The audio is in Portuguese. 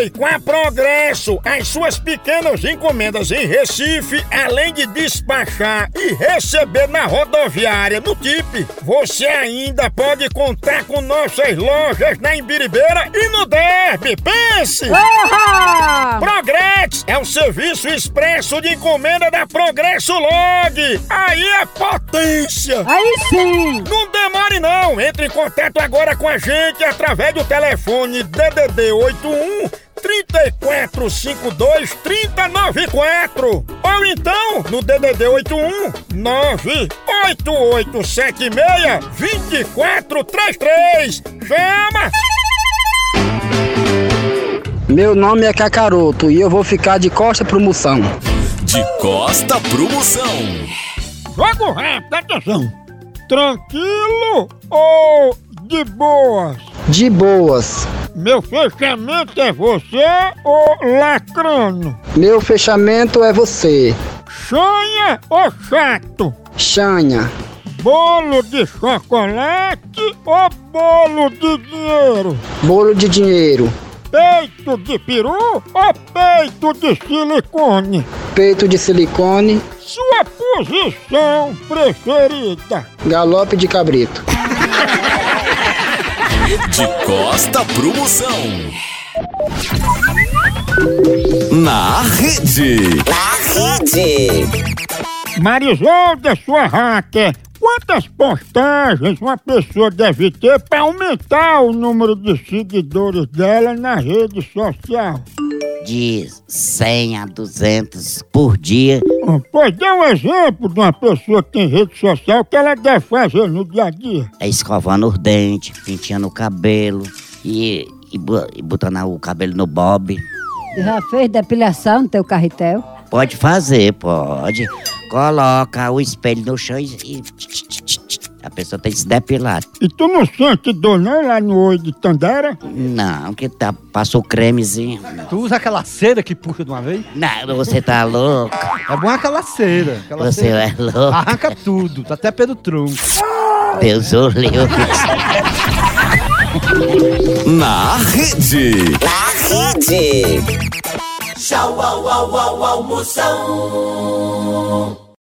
Ei, com a Progresso, as suas pequenas encomendas em Recife, além de despachar e receber na rodoviária no TIP, você ainda pode contar com nossas lojas na Imbiribeira e no Derby. Pense! Porra! Progresso é o serviço expresso de encomenda da Progresso Log. Aí é potência! Aí sim! Não demore não, entre em contato agora com a gente através do telefone DDD 81 3452 3094 ou então no DDD 81 98876 2433. Chama! Meu nome é Cacaroto e eu vou ficar de costa pro Moção. De Costa pro Moção. Jogo rápido, atenção. Tranquilo ou de boas? De boas. Meu fechamento é você ou lacrano? Meu fechamento é você. Chanha ou chato? Xanha. Bolo de chocolate ou bolo de dinheiro? Bolo de dinheiro. Peito de peru ou peito de silicone? Peito de silicone. Sua posição preferida? Galope de cabrito. De Costa pro Moção. Na rede. Marisolda, sua hacker, quantas postagens uma pessoa deve ter para aumentar o número de seguidores dela na rede social? de 100 a 200 por dia. Ah, Pois dê um exemplo de uma pessoa que tem rede social que ela deve fazer no dia a dia. É escovando os dentes, penteando o cabelo e, e, bo- e botando o cabelo no bob. Tu Já fez depilação no teu carretel? Pode fazer, pode. Coloca o espelho no chão e. e tch, tch, tch, tch, tch. A pessoa tem que se depilar. E tu não sente dor não lá no olho de Tandera? Não, que tá, passou cremezinho. Tu usa aquela cera que puxa de uma vez? Não, você tá louco. É bom aquela cera. Aquela Você cera. é louco. Arranca tudo, tá até pelo tronco. Deus o livre. Na rede. Tchau, au, au, au, almoção.